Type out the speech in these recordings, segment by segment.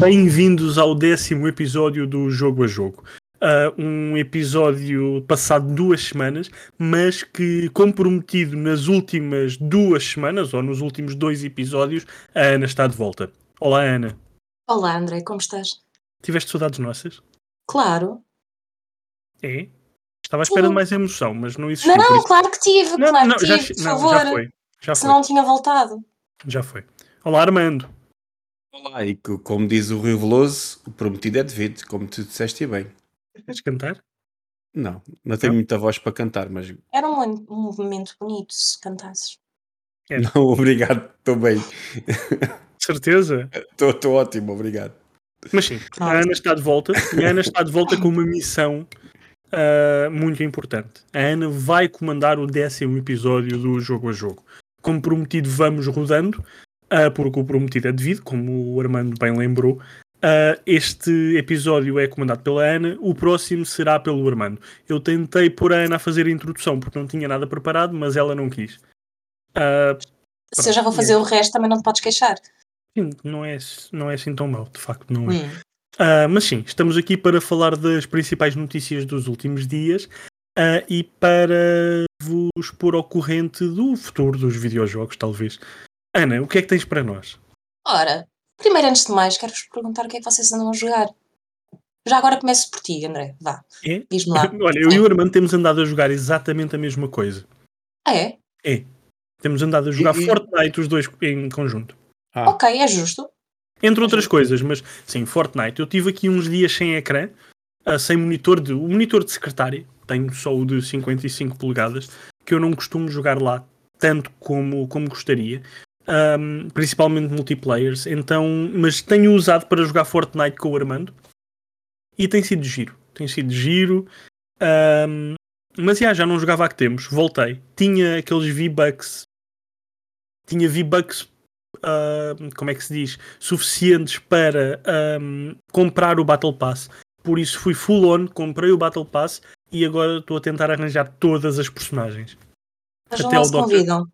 Bem-vindos ao décimo episódio do Jogo a Jogo. Ah, um episódio passado duas semanas, mas que, como prometido nas últimas duas semanas, ou nos últimos dois episódios, a Ana está de volta. Olá, Ana. Olá, André, como estás? Tiveste saudades nossas? Claro. É? Estava à espera Sim. de mais emoção, mas não existiu. por Não, isso- claro que tive, não, claro não, que já, tive, por não, favor. já foi. Já foi, Senão não tinha voltado. já foi. Olá, Armando. Olá, e co- como diz o Rui Veloso, o prometido é devido, como tu disseste e bem. Queres cantar? Não, não tenho muita voz para cantar, mas Era um, mon- um movimento bonito se cantasses. É. não, obrigado, estou bem. De certeza? Estou- Estou ótimo, obrigado. Mas sim, a Ah. Ana está de volta e a Ana está de volta com uma missão ah, muito importante. A Ana vai comandar o décimo episódio do Jogo a Jogo. Como prometido, vamos rodando, ah, porque o prometido é devido, como o Armando bem lembrou. Ah, este episódio é comandado pela Ana, o próximo será pelo Armando. Eu tentei pôr a Ana a fazer a introdução porque não tinha nada preparado, mas ela não quis. Ah, Se eu já vou fazer o resto, também não te podes queixar. sim, não é, não é assim tão mau, de facto, não é. Hum. Ah, mas sim, estamos aqui para falar das principais notícias dos últimos dias ah, e para vos pôr ao corrente do futuro dos videojogos, talvez. Ana, o que é que tens para nós? Ora, primeiro, antes de mais, quero-vos perguntar o que é que vocês andam a jogar. Já agora começo por ti, André. Vá, É? diz-me lá. Olha, eu e o Armando temos andado a jogar exatamente a mesma coisa. Ah, é? Temos andado a jogar E- e- Fortnite os dois em conjunto. Ah, Ok, é justo. Entre outras coisas, mas sim, Fortnite. Eu tive aqui uns dias sem ecrã, ah, sem monitor de. O monitor de secretária, tenho só o de 55 polegadas, que eu não costumo jogar lá tanto como, como gostaria. Ahm, principalmente multiplayers, então, mas tenho usado para jogar Fortnite com o Armando e tem sido giro, tem sido giro. Ahm, mas já, já não jogava há que temos, voltei. Tinha aqueles V-Bucks, tinha V-Bucks, ahm, como é que se diz? suficientes para ahm, comprar o Battle Pass. Por isso fui full on, comprei o Battle Pass e agora estou a tentar arranjar todas as personagens. Vejam Até lá o se Dr. convidam.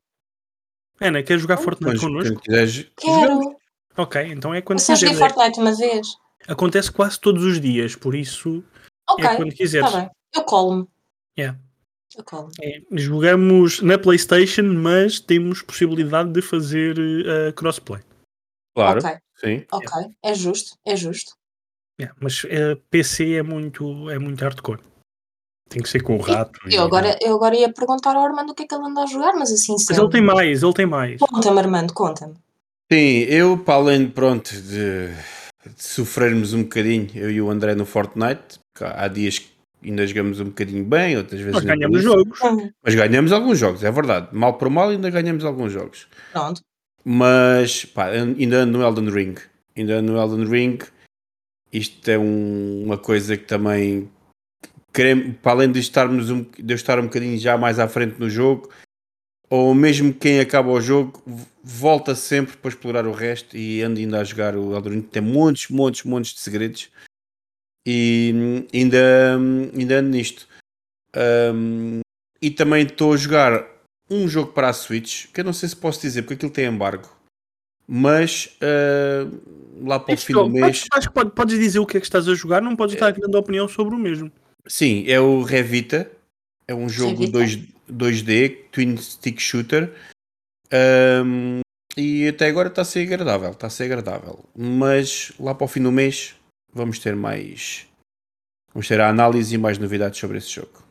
Ana, quer jogar Fortnite mas connosco? quando quiseres, Quero. Ok, então é quando Mas se eu joguei quiseres. Fortnite uma vez. Acontece quase todos os dias, por isso Ok, é quando quiseres. É. está bem. Eu colo-me. Yeah. Eu colo-me. É, jogamos na PlayStation, mas temos possibilidade de fazer eh, crossplay. claro, Ok, sim. ok. É justo, é justo. Yeah, mas eh, PC é muito, é muito hardcore. Tem que ser com o rato. e- Eu né? agora, eu agora ia perguntar ao Armando o que é que ele anda a jogar, mas assim Mas sendo. ele tem mais, ele tem mais. Conta-me, Armando, conta-me. Sim, eu, para além de, pronto, de, de sofrermos um bocadinho, eu e o André no Fortnite, porque há há dias que ainda jogamos um bocadinho bem, outras vezes Nós nem por ganhamos isso. jogos. Hum, Mas ganhamos alguns jogos, é verdade. Mal por mal, ainda ganhamos alguns jogos. Pronto. mas pá, ainda ando no Elden Ring. Ainda ando no Elden Ring. Isto é um- uma coisa que também queremos, para além de, estarmos um, de eu estar um bocadinho já mais à frente no jogo, ou mesmo quem acaba o jogo v- volta sempre para explorar o resto e ando ainda a jogar o Elden Ring. Tem montes, montes, montes de segredos e hum, ainda, hum, ainda ando nisto. Hum, e também estou a jogar um jogo para a Switch, que eu não sei se posso dizer, porque aquilo tem embargo, mas ah, lá para o fim do Então, mês. acho- acho que pode- podes dizer o que é que estás a jogar, não podes estar dando opinião sobre o mesmo. Sim, é o Revita. É um jogo Revita. 2, 2D, Twin Stick Shooter. Ahm, e até agora está a ser agradável, está a ser agradável. Mas lá para o fim do mês vamos ter mais. Vamos ter a análise e mais novidades sobre esse jogo.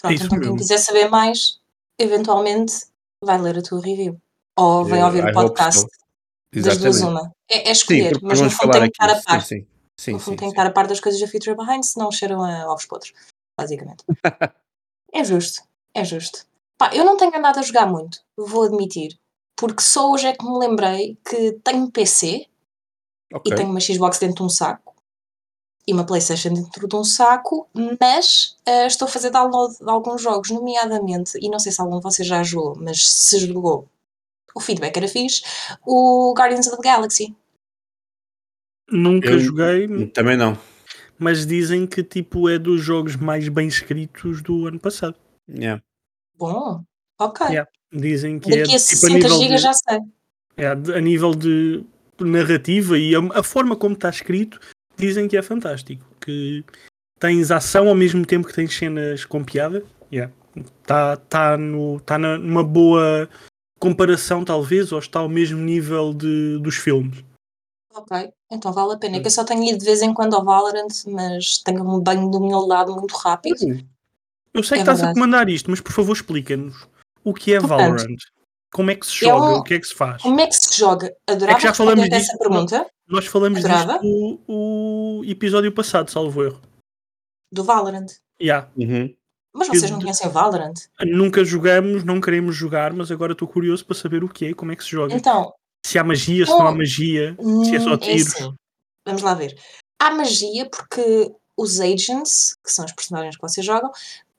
Pronto, isso então mesmo. quem quiser saber mais, eventualmente vai ler a tua review. Ou vem Eu- ouvir I o hope podcast so. das duas uma. É, é Sim, escolher, porque mas nós no vamos fundo tem falar que estar aqui. a par. Sim, sim. no Sim, fundo sim, tem que sim. estar a par das coisas do Future Behind, senão cheiram a ovos podres, basicamente. é justo, é justo. Pá, eu não tenho andado a jogar muito, vou admitir. Porque só hoje é que me lembrei que tenho PC, e Ok. tenho uma Xbox dentro de um saco e uma Playstation dentro de um saco, mas ah, estou a fazer download de alguns jogos, nomeadamente, e não sei se algum de vocês já jogou, mas se jogou, o feedback era fixe, o Guardians of the Galaxy. Nunca Eu- joguei, Também não. mas dizem que tipo é dos jogos mais bem escritos do ano passado. Yeah. Bom, ok. Yeah, Dizem que é Daqui a tipo, a 60 nível gigas de, já sei. é, de- a nível de narrativa e a, a forma como está escrito dizem que é fantástico. Que tens ação ao mesmo tempo que tens cenas com piada. Yeah. Está tá no, tá na- numa boa comparação, talvez, ou está ao mesmo nível de, dos filmes. Ok, então vale a pena. É que eu só tenho ido de vez em quando ao Valorant, mas tenho um banho do meu lado muito rápido. Eu sei É que estás a verdade. comandar isto, mas por favor explica-nos o que é Portanto, Valorant. Como é que se é joga? um- O que é que se faz? Como é que se joga? Adorava É que já responder falamos a disto, essa pergunta Nós falamos Adorava. disto o, o episódio passado, salvo erro. do Valorant. Yeah. Uhum. Mas vocês Eu- não conhecem o Valorant? Nunca jogamos, não queremos jogar, mas agora estou curioso para saber o que é e como é que se joga. Então, Se há magia, se não há Oh. magia. Se é só hum, tiros. assim. Vamos lá ver. Há magia porque os agents, que são os personagens que vocês jogam,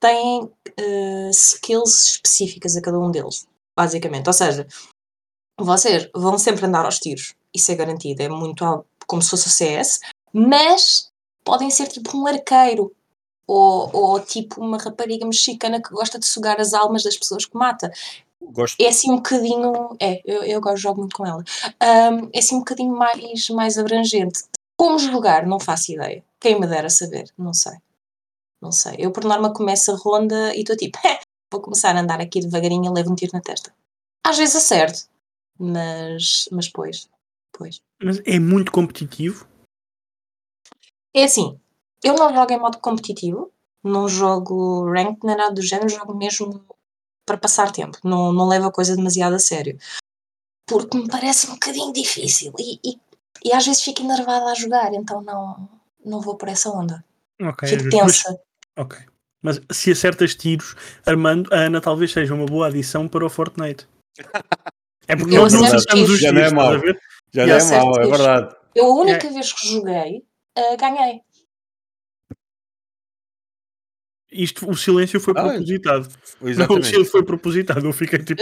têm eh, skills específicas a cada um deles, basicamente. Ou seja, vocês vão sempre andar aos tiros, isso é garantido, é muito ao- como se fosse o CS, mas podem ser tipo um arqueiro ou, ou tipo uma rapariga mexicana que gosta de sugar as almas das pessoas que mata Gosto. é assim um bocadinho. É, eu, eu agora jogo muito com ela. Ahm, é assim um bocadinho mais, mais abrangente. Como jogar, não faço ideia. Quem me dera saber, não sei. Não sei. Eu, por norma, começo a ronda e estou tipo, vou começar a andar aqui devagarinho e levo um tiro na testa. Às vezes acerto, mas, mas pois, pois. Mas é muito competitivo. É assim, eu não jogo em modo competitivo, não jogo ranked nem nada do género, jogo mesmo para passar tempo, não, não levo a coisa demasiado a sério. Porque me parece um bocadinho difícil e, e, e às vezes fico enervada a jogar, então não, não vou por essa onda. Ok, é Fico justo. Mas, tensa. ok. Mas se acertas tiros, Armando, a Ana talvez seja uma boa adição para o Fortnite. É porque Eu nós não acerto acertamos os tiros. Já não tiros, é estás a mau. ver? Já E não é acerto mau, é isto. verdade. Eu a é- única vez que joguei, ah, ganhei. Isto, o silêncio foi Ah, propositado. Não, o Exatamente. Eh, silêncio foi propositado. Eu fiquei tipo.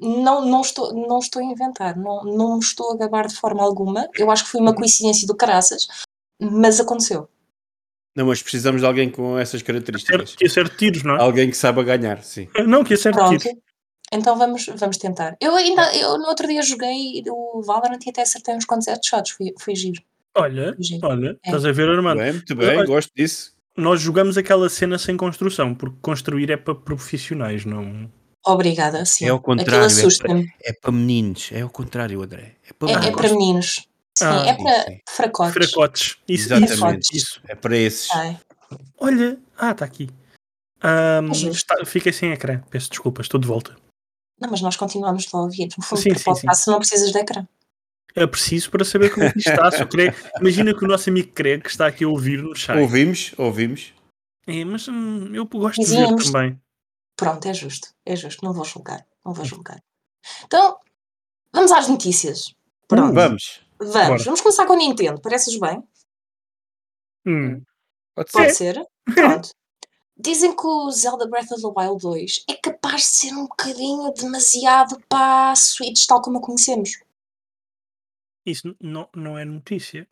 Não, não, estou, não estou a inventar, não, não me estou a gabar de forma alguma. Eu acho que foi uma coincidência do caraças, mas aconteceu. Não, mas precisamos de alguém com essas características. Certo, que acerte tiros, não é? Alguém que saiba ganhar, sim. Não, que acerte Pronto. tiros. Então vamos, vamos tentar. Eu ainda, eu no outro dia joguei o Valorant e até acertei uns quantos headshots, foi, foi giro. Olha, foi giro. olha, É. estás a ver, Armando? Bem, muito bem, Olha- gosto disso. Nós jogamos aquela cena sem construção, porque construir é para profissionais, não. Obrigada, sim. É ao contrário, Aquilo é assusta-me. É para meninos, é ao contrário, André. É É, para é para meninos. Sim, Ah, é sim, para sim. fracotes. Fracotes. Isso, Exatamente. Isso, isso. É para esses. Ai, Olha, ah, está aqui. Ahm, Mas- está- fiquei sem ecrã. Peço desculpas, estou de volta. Não, mas nós continuamos de ouvir. No fundo, Sim, para sim, podcast não precisas de ecrã. É preciso para saber como é que está. se o Craig- Imagina que o nosso amigo Craig que está aqui a ouvir no chat. Ouvimos, ouvimos. É, mas hum, eu gosto de ver Vizinhos. também. Pronto, é justo. É justo. Não vou julgar. Não vou julgar. Então, vamos às notícias. Pronto. Vamos. Vamos. bora. Vamos começar com a Nintendo. Pareces bem? Hum, Pode ser. Pode ser? Pronto. Dizem que o Zelda Breath of the Wild 2 é capaz de ser um bocadinho demasiado para a Switch, tal como a conhecemos. isso não, não é notícia.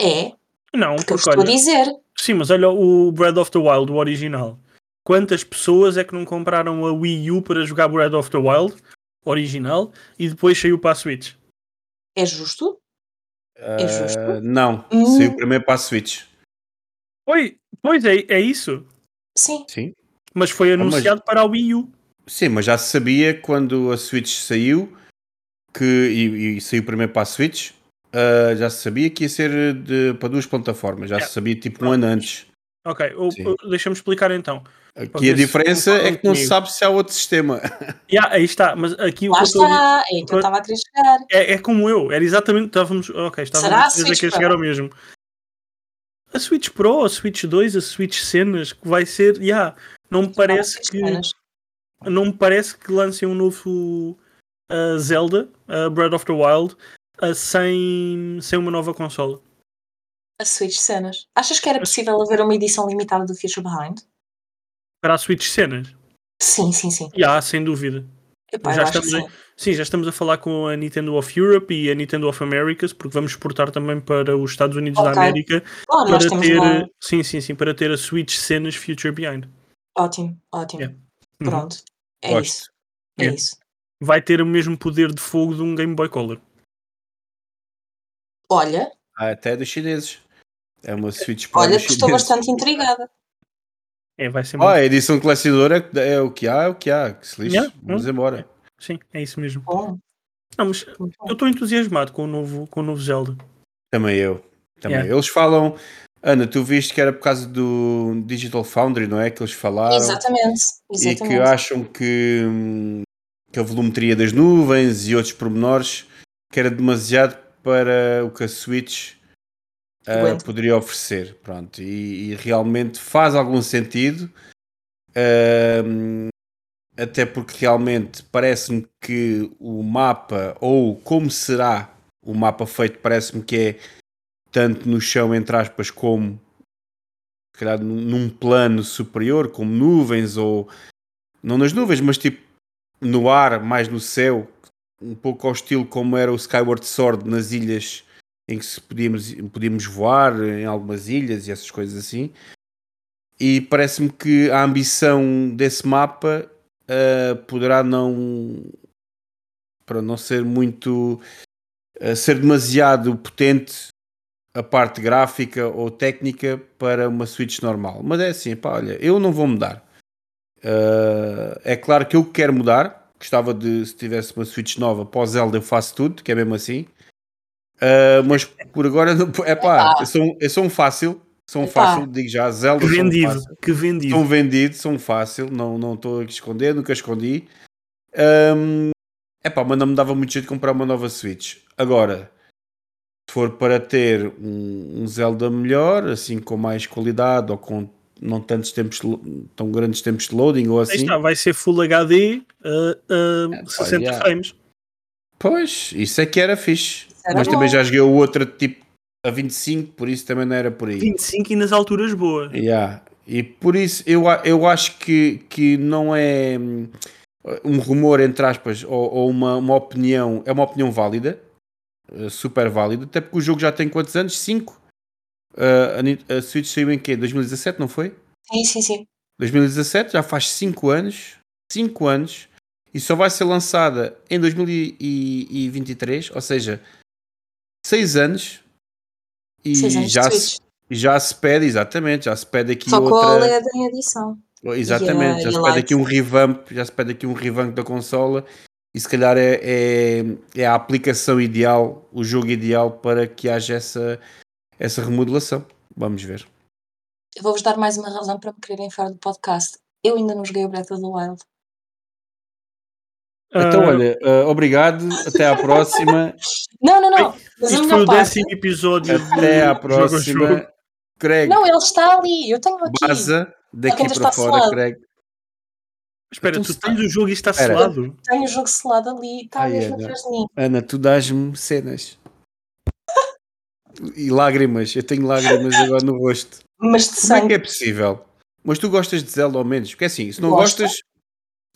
É, Não, porque porque eu estou a olha, dizer. Sim, mas olha o Breath of the Wild, o original. Quantas pessoas é que não compraram a Wii U para jogar Breath of the Wild, original, e depois saiu para a Switch? É justo? Ah, É, justo? não, Hum. saiu primeiro para a Switch. Pois, pois é, é isso. Sim. Sim. Mas foi Ah, mas- anunciado para a Wii U. Sim, mas já se sabia quando a Switch saiu que, e, e saiu primeiro para a Switch, ah, já se sabia que ia ser de- para duas plataformas. Já É. se sabia tipo um ano antes. Ok, o- Sim. o- deixa-me explicar então. Aqui Porque a se diferença é que não se comigo. sabe se há outro sistema. Ya, aí está, mas aqui o Lá que eu estou a dizer- está. É que eu Pois- estava a querer chegar. é, é como eu, era exatamente. Estávamos, ok, estávamos Será a os três Switch aqui a Pro? chegar ao mesmo. A Switch Pro, a Switch 2, a Switch Cenas, que vai ser. ya, não me parece Estava a que. querer chegar. não me parece que lancem um novo uh, Zelda, uh, Breath of the Wild, uh, sem, sem uma nova consola. A Switch cenas. Achas que era possível haver uma edição limitada do Future Behind? Para a Switch cenas. Sim, sim, sim. E há, sem dúvida. Epá, Já eu acho que estamos sim. Sim, já estamos a falar com a Nintendo of Europe e a Nintendo of Americas, porque vamos exportar também para os Estados Unidos da Ok. América Claro, nós para temos ter, eh, uma... sim, sim, sim, para ter a Switch cenas Future Behind. Ótimo, ótimo. Yeah. Uhum. Pronto. É Gosto. isso. É Yeah. isso. Vai ter o mesmo poder de fogo de um Game Boy Color. Olha, Ah, até dos chineses. É uma Switch Pro olha, dos que estou chineses. bastante intrigada. É, vai ser Ah, muito. a edição colecionadora é o que há, é o que há. Que se lixe. Yeah, Vamos embora. Sim, é isso mesmo. Bom, Não, mas muito bom. eu estou entusiasmado com o novo, com o novo Zelda. Também eu. Também. Yeah. Eles falam. Ana, tu viste que era por causa do Digital Foundry, não é? Que eles falaram. Exatamente, e exatamente. que acham que, hum, que a volumetria das nuvens e outros pormenores que era demasiado para o que a Switch ah, Aguenta. poderia oferecer. Pronto, e, e realmente faz algum sentido, Ahm, até porque realmente parece-me que o mapa, ou como será o mapa feito, parece-me que é tanto no chão, entre aspas, como se calhar num- num plano superior, como nuvens ou não nas nuvens, mas tipo no ar, mais no céu, um pouco ao estilo como era o Skyward Sword nas ilhas em que se podíamos, podíamos voar em algumas ilhas e essas coisas assim. E parece-me que a ambição desse mapa ah, poderá não para não ser muito ah, ser demasiado potente a parte gráfica ou técnica para uma Switch normal. Mas é assim, pá, olha, eu não vou mudar. Uh, é claro que eu quero mudar. Gostava de, se tivesse uma Switch nova pós Zelda, eu faço tudo, que é mesmo assim. Uh, mas por agora, não, é pá, eu sou, um- eu sou um fácil. Sou um Epá. fácil, digo já, Zelda. Que sou um vendido, fácil. que vendido. São vendidos, são fácil, não não estou a esconder, nunca escondi. Hum, epá, mas não me dava muito jeito de comprar uma nova Switch. Agora, se for para ter um, um Zelda melhor, assim com mais qualidade ou com não tantos tempos, de lo- tão grandes tempos de loading ou Aí assim, está, vai ser Full HD, ah, ah, pá, 60 yeah. frames. pois, isso é que era fixe. era mas bom. também já joguei o outro tipo a 25, por isso também não era por aí. 25 e nas alturas boas. Yeah. E por isso eu, a- eu acho que, que não é hum, um rumor, entre aspas, ou, ou uma, uma opinião, é uma opinião válida, eh, super válida, até porque o jogo já tem quantos anos? 5? a, Ni- a Switch saiu em quê? 2017, não foi? Sim, sim, sim. 2017, já faz 5 anos, 5 anos, e só vai ser lançada em 2023, ou seja, 6 anos, e Seis anos já de se, Switch. já se pede, exatamente, já se pede aqui Só com a outra... OLED em adição. Exatamente, e é já se a pede Lite. aqui um revamp, já se pede aqui um revamp da consola e se calhar é, é, é a aplicação ideal, o jogo ideal para que haja essa, essa remodelação. Vamos ver. Eu vou-vos dar mais uma razão para me quererem fora do podcast. Eu ainda não joguei o Breath of the Wild. Então, Ah, olha, ah, obrigado, até à próxima, Não, não, não. Mas a isto foi melhor o parte. décimo episódio. de até à Jogo ao Jogo. próxima. Craig, Não, ele está ali. Eu tenho aqui. baza daqui Ainda para está fora, selado. Craig. Espera, Então, tu se- tens o jogo e está Espera. selado? Tenho o jogo selado ali. Está Ai, mesmo Ana. atrás de mim. Ana, tu dás-me cenas e lágrimas, eu tenho lágrimas agora no rosto. Mas de Como é que sangue. é possível? Mas tu gostas de Zelda ao menos? Porque assim, se não Gosto. gostas,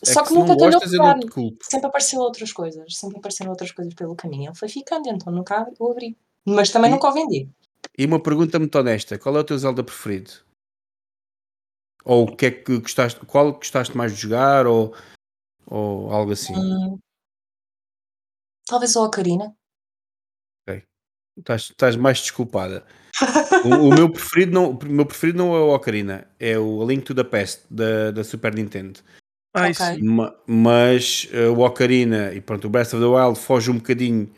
é Só que que, se nunca não calhou gostas, eu pegar. não te culpo. Sempre apareceram outras coisas. Sempre apareceram outras coisas pelo caminho. Ele foi ficando, então nunca o abri. Mas também E- nunca o vendi. E uma pergunta muito honesta: qual é o teu Zelda preferido? Ou o que é que gostaste, qual gostaste mais de jogar, ou, ou algo assim? Hum. Talvez o Ocarina. Estás, estás mais desculpada. o, o meu preferido não, o meu preferido não é o Ocarina, é o A Link to the Past da, da Super Nintendo. Ai, Ok. sim. Ma- mas eh, o Ocarina e pronto, o Breath of the Wild foge um bocadinho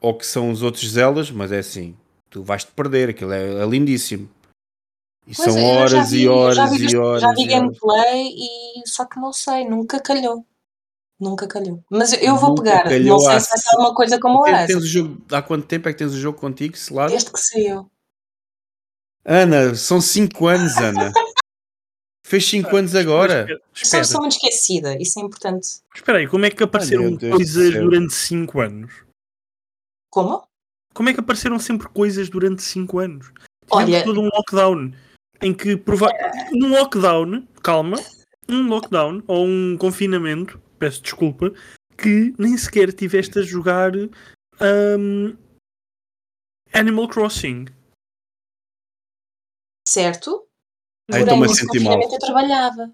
ao que são os outros Zeldas, mas é assim, tu vais-te perder, aquilo é, é lindíssimo. E Pois, são eu já horas vi- e horas já vi, e horas. Já vi é e horas. gameplay e só que não sei, nunca calhou. Nunca calhou. Mas eu, eu vou Nunca pegar, calhou não sei a se vai se- ser uma coisa como Tem- essa. tens o jogo, há quanto tempo é que tens o jogo contigo, selado? Desde que saiu. Ana, são 5 anos, Ana. Fez 5 anos agora. Sou, Espera, sou espera. muito esquecida, isso é importante. espera aí, como é que apareceram meu Deus do coisas céu. durante 5 anos? Como? Como é que apareceram sempre coisas durante 5 anos? Tivemos Olha, todo um lockdown em que prova... um lockdown, calma, um lockdown ou um confinamento, peço desculpa, que nem sequer tiveste a jogar hum, Animal Crossing. certo? Durante Ai, Ah, estou-me a esse sentir mal. confinamento eu trabalhava.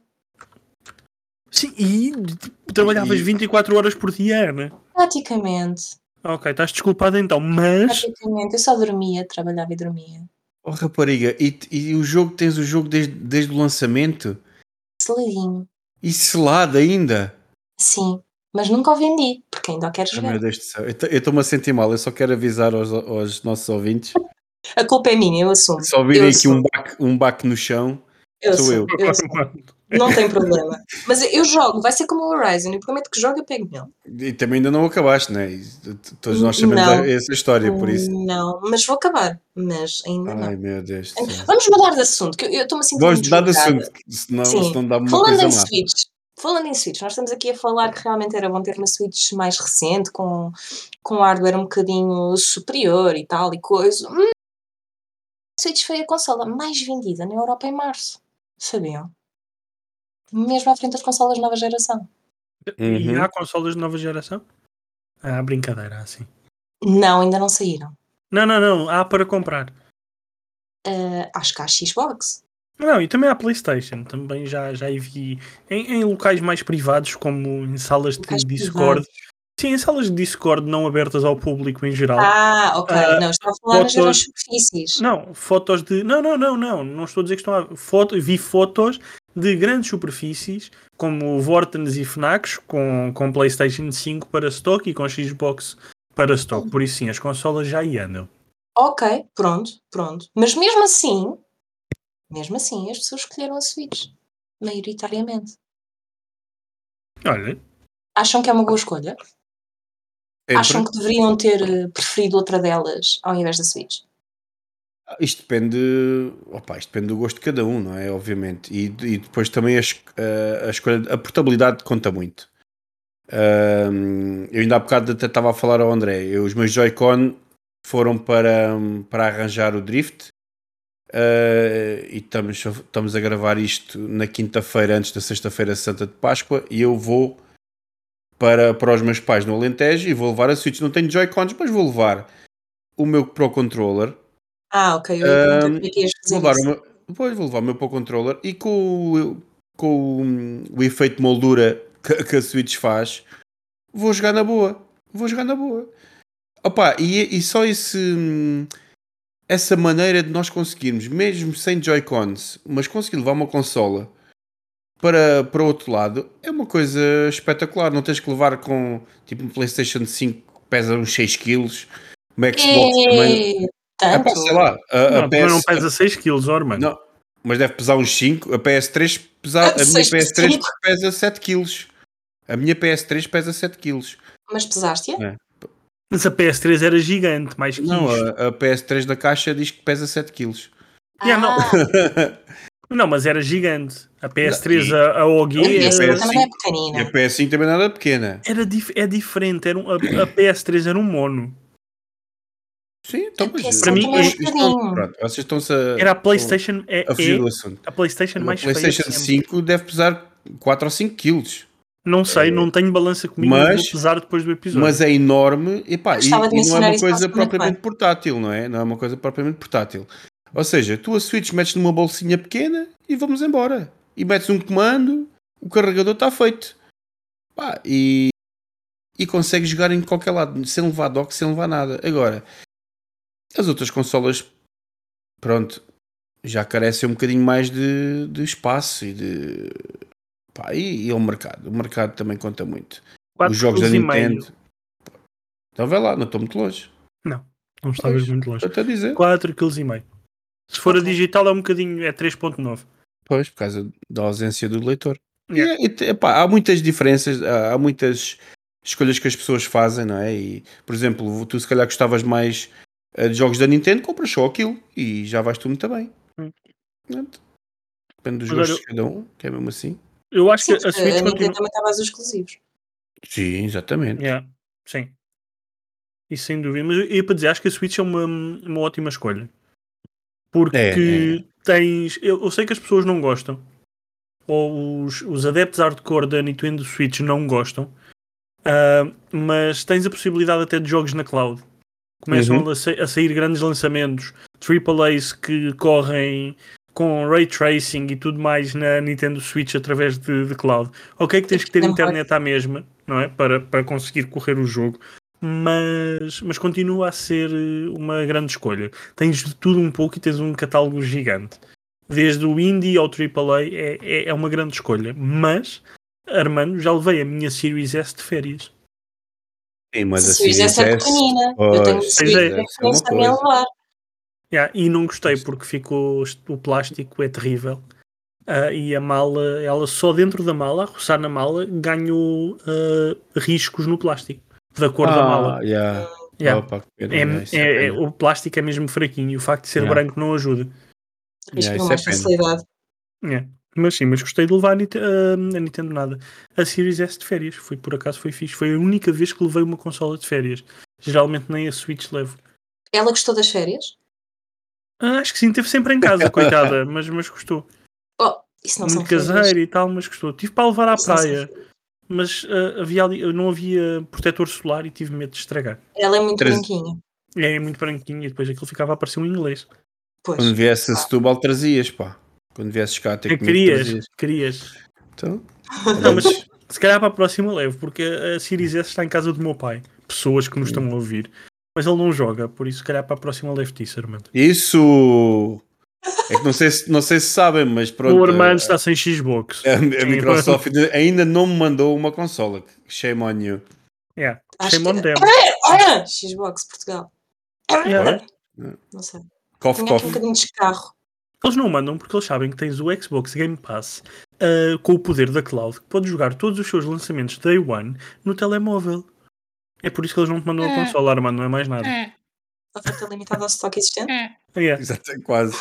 Sim, e tipo, trabalhavas E- 24 horas por dia, Ana. Praticamente. Ok, estás desculpado então, mas. Praticamente, eu só dormia, trabalhava e dormia. Oh rapariga, e, e o jogo tens o jogo desde, desde o lançamento? Seladinho. E selado ainda? Sim. Mas nunca o vendi, porque ainda o quero Oh, jogar. meu Deus do céu, eu t- eu estou-me a sentir mal, eu só quero avisar aos, aos nossos ouvintes. A culpa é minha, eu assumo. Se ouvirem Eu aqui sou- um baque, um baque no chão, Eu sou assumo, eu assumo. Não tem problema. Mas eu jogo, vai ser como o Horizon. Eu prometo que jogo eu pego nele. e também ainda não acabaste, né? E t- t- Todos nós Não. sabemos a- essa história, por isso. Não, mas vou acabar. Mas ainda Ai, meu Deus do céu. não. Vamos mudar de assunto, É que eu- eu estou-me assim a sentir Gosto muito de dar de julgada. assunto, senão, Sim. senão dá-me uma Falando coisa em má. Switch, falando em Switch, nós estamos aqui a falar que realmente era bom ter uma Switch mais recente, com, com hardware um bocadinho superior e tal e coisa. Hum. Switch foi a consola mais vendida na Europa em março. Sabiam? Mesmo à frente das consolas de nova geração. E Uhum. há consolas de nova geração? Ah, brincadeira, há sim. Não, ainda não saíram. Não, não, não, há para comprar. Ah, acho que há Xbox. Não, e também há PlayStation. Também já, já vi em, em locais mais privados, como em salas de Locais Discord. Sim, em salas de Discord não abertas ao público em geral. Ah, ok. Ah, não, estou a falar nas fotos- grandes superfícies. Não, fotos de. Não, não, não, não. Não estou a dizer que estão a. Foto... Vi fotos de grandes superfícies, como Vortens e Fnacs, com, com PlayStation 5 para stock e com Xbox para stock. Por isso, sim, as consolas já aí andam. Ok, pronto, pronto. Mas mesmo assim, mesmo assim, as pessoas escolheram a Switch, maioritariamente. Olha, Acham que é uma boa escolha? É, Acham que deveriam ter eh, preferido outra delas ao invés da Switch? Ah, Isto depende, opa, isto depende do gosto de cada um, não é? Obviamente. E, e depois também a, es- a- a escolha, a portabilidade conta muito. Ahm, eu ainda há bocado até estava a falar ao André. Eu- os meus Joy-Con foram para, para arranjar o Drift. Ah, e estamos, a- estamos a gravar isto na quinta-feira, antes da sexta-feira Santa de Páscoa. E eu vou para, para os meus pais no Alentejo e vou levar a Switch. Não tenho Joy-Cons, mas vou levar o meu Pro Controller. Ah, ok, eu ia perguntar Ahm, como é que ias Vou fazer levar o isso. meu, depois vou levar o meu para o controller e com, o- com o, o efeito de moldura que, que a Switch faz, vou jogar na boa. Vou jogar na boa. Opa, e, e só esse, hum, essa maneira de nós conseguirmos, mesmo sem Joy-Cons, mas conseguir levar uma consola para, para o outro lado, é uma coisa espetacular. Não tens que levar com tipo um PlayStation 5 que pesa uns 6kg, uma Xbox É, também. E... Tanto. Epá, sei lá, a, a não, também não PS pesa 6 kg, ó, mano. Não. Mas deve pesar uns 5. A PS3 pesa, a minha Ah, Seis por PS3 cinco. pesa 7 kg. A minha PS3 pesa 7 kg. Mas pesaste-a? Mas a PS3 era gigante, mais que Não, isto. a, a PS3 da caixa diz que pesa 7 kg. Yeah, não. Ah, Não, mas era gigante. A PS3, Não, a, a OG, a minha PS5 era, Switch também é E a pequenina. PS5 também não era pequena. era dif- é diferente. Era um- a, a PS3 era um mono. Sim, então, A mas PS5 Para mim, também é vocês estão- bocadinho. pronto, vocês estão-se a, Era a PlayStation EE, É, a fugir do assunto. a PlayStation A mais feia de PlayStation sempre. 5 deve pesar 4 ou 5 kg. Não sei, não tenho balança comigo, É. mas- mas vou pesar depois do episódio. Mas é enorme e, pá, e, Gostava de e não é mencionar uma isso para a coisa semana que propriamente portátil, não é? Não é uma coisa propriamente portátil. Ou seja, tu a Switch metes numa bolsinha pequena e vamos embora. E metes um comando, o carregador está feito. Pá, e, e consegues jogar em qualquer lado, sem levar dock, sem levar nada. Agora, as outras consolas, pronto, já carecem um bocadinho mais de, de espaço e de. Pá, e, e é o mercado. O mercado também conta muito. Quatro Os jogos da quilos e meio. Nintendo. Então vai lá, não estou muito longe. Não estavas muito longe. Estou a dizer. 4,5 kg. Se for a Ok. digital é um bocadinho, é 3.9. Pois, por causa da ausência do leitor. E Yeah. é- e te- epá, há muitas diferenças, há, há muitas escolhas que as pessoas fazem, não é? E, por exemplo, tu se calhar gostavas mais eh, de jogos da Nintendo, compras só aquilo e já vais tu muito bem. Hum. Portanto, Depende dos Mas gostos olha- de cada um, que é mesmo assim. Eu acho Sim, que a porque a Switch Nintendo continua. também estava aos exclusivos. Sim, exatamente. Yeah, Sim. Isso sem dúvida. Mas eu ia para dizer, acho que a Switch é uma, uma ótima escolha. Porque É, tens. Eu, eu sei que as pessoas não gostam. Ou os, os adeptos hardcore da Nintendo Switch não gostam. ah, mas tens a possibilidade até de jogos na cloud. Começam Uhum. a, sa- a sair grandes lançamentos, AAAs que correm com ray tracing e tudo mais na Nintendo Switch através de, de cloud. Ok, que tens que ter Não internet à mesma, não é? Para, para conseguir correr o jogo mas, mas continua a ser eh, uma grande escolha. Tens de tudo um pouco e tens um catálogo gigante. Desde o indie ao AAA é, é, é uma grande escolha. Mas, Armando, já levei a minha Series S de férias. Sim, mas assim, é Se fizesse é um. Series a S, pequenina, eu pois, tenho pois Series S percebido que é a criança uma me coisa. levar. Yeah, e não gostei porque ficou o plástico é terrível. Ah, e a mala, ela só dentro da mala, a roçar na mala, ganhou ah, riscos no plástico, da cor da mala. Ah, yeah. Yeah. Opa, que É, pena, isso é- é- pena. o plástico é mesmo fraquinho e o facto de ser Yeah. branco não ajuda. Mas Yeah, com isso mais é pena. facilidade. Yeah. Mas sim, mas gostei de levar a, Nite- a- a Nintendo nada. A Series S de férias, foi por acaso foi fixe. Foi a única vez que levei uma consola de férias. Geralmente nem a Switch levo. Ela gostou das férias? Ah, acho que sim, teve sempre em casa, coitada, mas, mas gostou. Oh, isso não são Muito férias. caseiro e tal, mas gostou. Tive para levar à Isso não são praia, férias. mas ah, havia ali- não havia protetor solar e tive medo de estragar. Ela é muito Treze- branquinha. É muito branquinho e depois aquilo ficava a parecer um inglês. Pois. Quando viesse a Setúbal, trazias, pá. Quando viesses cá, ter É, comigo, querias, trazias. querias. Então, Não, mas se calhar para a próxima levo, porque a a Series S está em casa do meu pai. Pessoas que nos estão a ouvir. Mas ele não joga, por isso se calhar para a próxima levo disso, Armando. Isso é que não sei se, não sei se sabem, mas pronto. eh, é. o Armando está sem Xbox. a, a- a Sim, Microsoft ainda não me mandou uma consola. Shame on you. Yeah. Acho Shame on que- them. Ah, Xbox Portugal. Yeah. Não sei. Cough, Tinha aqui um cough. bocadinho de carro. Eles não mandam porque eles sabem que tens o Xbox Game Pass ah, com o poder da cloud que pode jogar todos os seus lançamentos day one no telemóvel. É por isso que eles não te mandam a consola, Armando, não é mais nada. Ah, Oferta limitada ao estoque existente. Yeah. Exato, é quase.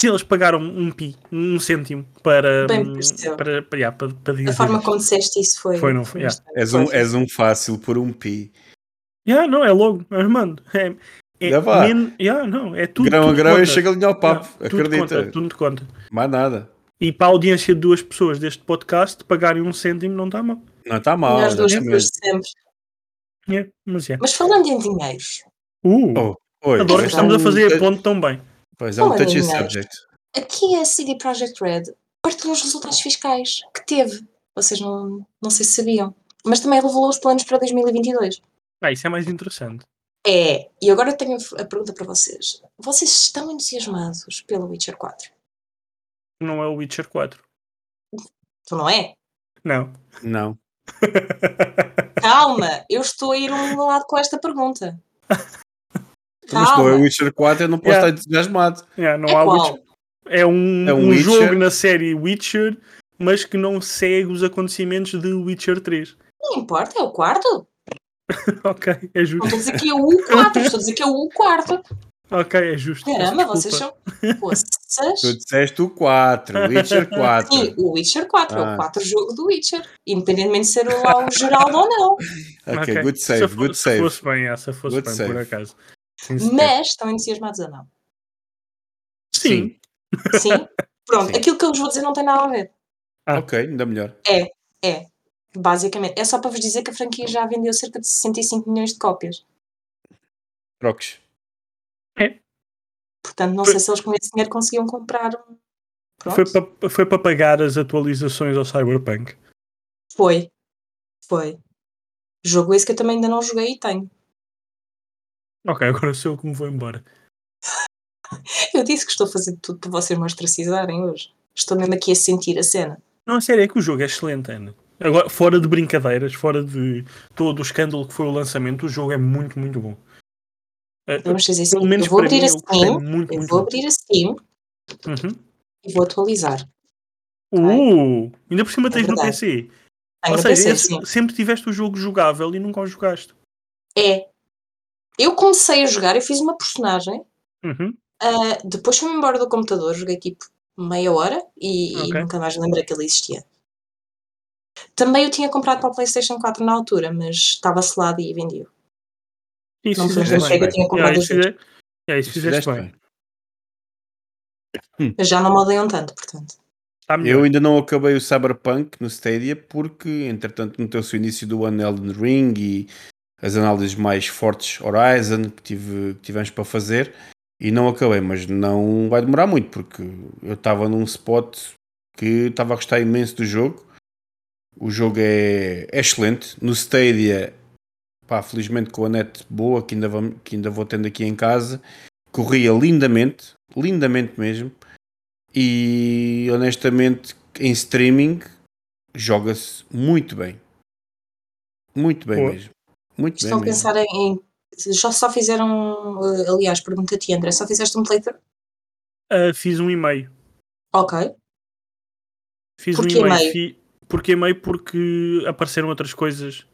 Se eles pagaram um pi, um cêntimo para, Bem hum, pareceu. para, para, yeah, para, para dizer A forma isto. como disseste isso foi. Foi, não foi? Yeah. bastante És um, coisa. és um fácil por um pi. Yeah, não, é logo, Armando. É, é, Já vá. men- yeah, não, é tudo. Grão a tudo grão eu conta. chego ali ao papo. Yeah, tudo Acredita. Conta, tudo te conta. Mais nada. E para a audiência de duas pessoas deste podcast, pagarem um cêntimo não está mal. Não é está mal. Melhores duas exatamente. pessoas de sempre. Yeah, mas é. Yeah. Mas falando em dinheiros, Uh, Oh, Oi, adoro pois que estamos é a um fazer a tou- ponte tão bem. Pois é um Olha, touchy mulher. subject. aqui é a CD Projekt Red partilhou os resultados fiscais que teve. Vocês não, não sei se sabiam. Mas também é revelou os planos para 2022. Ah, isso é mais interessante. É, e agora eu tenho a pergunta para vocês. Vocês estão entusiasmados pelo Witcher 4? Não é o Witcher 4. Tu não é? Não. Não. Calma, eu estou a ir um lado com esta pergunta. Então, Mas estou Calma. a Witcher 4, eu não posso Yeah. estar entusiasmado. Yeah, é não É há qual? Witcher. É um, É um um Witcher. jogo na série Witcher, mas que não segue os acontecimentos de Witcher 3. Não importa, é o quarto. ok, é Não justo. estou a dizer que é o quarto, estou a dizer que é o quarto. Ok, é justo. Peço Caramba, vocês desculpa. são Tu poças. disseste o 4, Witcher 4. Sim, o Witcher 4, é Ah. o 4 jogo do Witcher, independentemente de ser lá o Geraldo ou não. Ok, Ok. good Se save, fo- good se save. fosse bem, é, se fosse Good bem, save. por acaso. Sim, Mas estão entusiasmados ou não? sim. Sim? Pronto, Sim. aquilo que eu vos vou dizer não tem nada a ver. Ah. Ok, ainda melhor. Basicamente, é só para vos dizer que a franquia já vendeu cerca de 65 milhões de cópias. Crocs. Portanto, não Foi- sei se eles com esse dinheiro conseguiam comprar um. Pronto. Foi para foi para pagar as atualizações ao Cyberpunk. Foi. Foi. Jogo esse que eu também ainda não joguei e tenho. Ok, agora sou eu que me vou embora. Eu disse que estou a fazer tudo para vocês me ostracizarem hoje. Estou mesmo aqui a sentir a cena. Não, a sério, é que o jogo é excelente, Ana. Agora, fora de brincadeiras, fora de todo o escândalo que foi o lançamento, o jogo é muito, muito bom. Eh, Vamos fazer assim. Pelo menos Eu vou para abrir mim, a eu gostei Steam. muito, Eu muito. vou assim, abrir a Steam muito. Uhum. e vou atualizar. Uh, ainda por cima É tens no verdade. PC. Tenho Ou no seja, PC, esse- sim. sempre tiveste o jogo jogável e nunca o jogaste. É. Eu comecei a jogar, eu fiz uma personagem, Uhum. ah, depois fui-me embora do computador, joguei tipo meia hora e, e Ok. nunca mais lembrei que ele existia. Também eu tinha comprado para o PlayStation 4 na altura, mas estava selado e vendi-o. Isso Não me fizeste fazes bem. que eu tinha comprado Yeah, isso os dois. fize- yeah, isso fizeste bem. Mas já não me odeiam tanto, portanto. Está Tá melhor. Eu ainda não acabei o Cyberpunk no Stadia porque, entretanto, meteu-se o início do ano Elden Ring e as análises mais fortes Horizon que, tive, que tivemos para fazer e não acabei, mas não vai demorar muito porque eu estava num spot que estava a gostar imenso do jogo. O jogo é, é excelente. No Stadia pá, felizmente com a net boa que ainda, vamos, que ainda vou tendo aqui em casa, corria lindamente, lindamente mesmo. E honestamente, em streaming, joga-se muito bem. Muito bem Boa. mesmo. Muito Estão a bem mesmo. pensar em. em- Já só fizeram. eh, Aliás, pergunta a ti, André, só fizeste um playthrough? Ah, fiz um e-mail. Ok. Fiz Porquê um e-mail. e-mail? Fi... Porque e-mail porque apareceram outras coisas.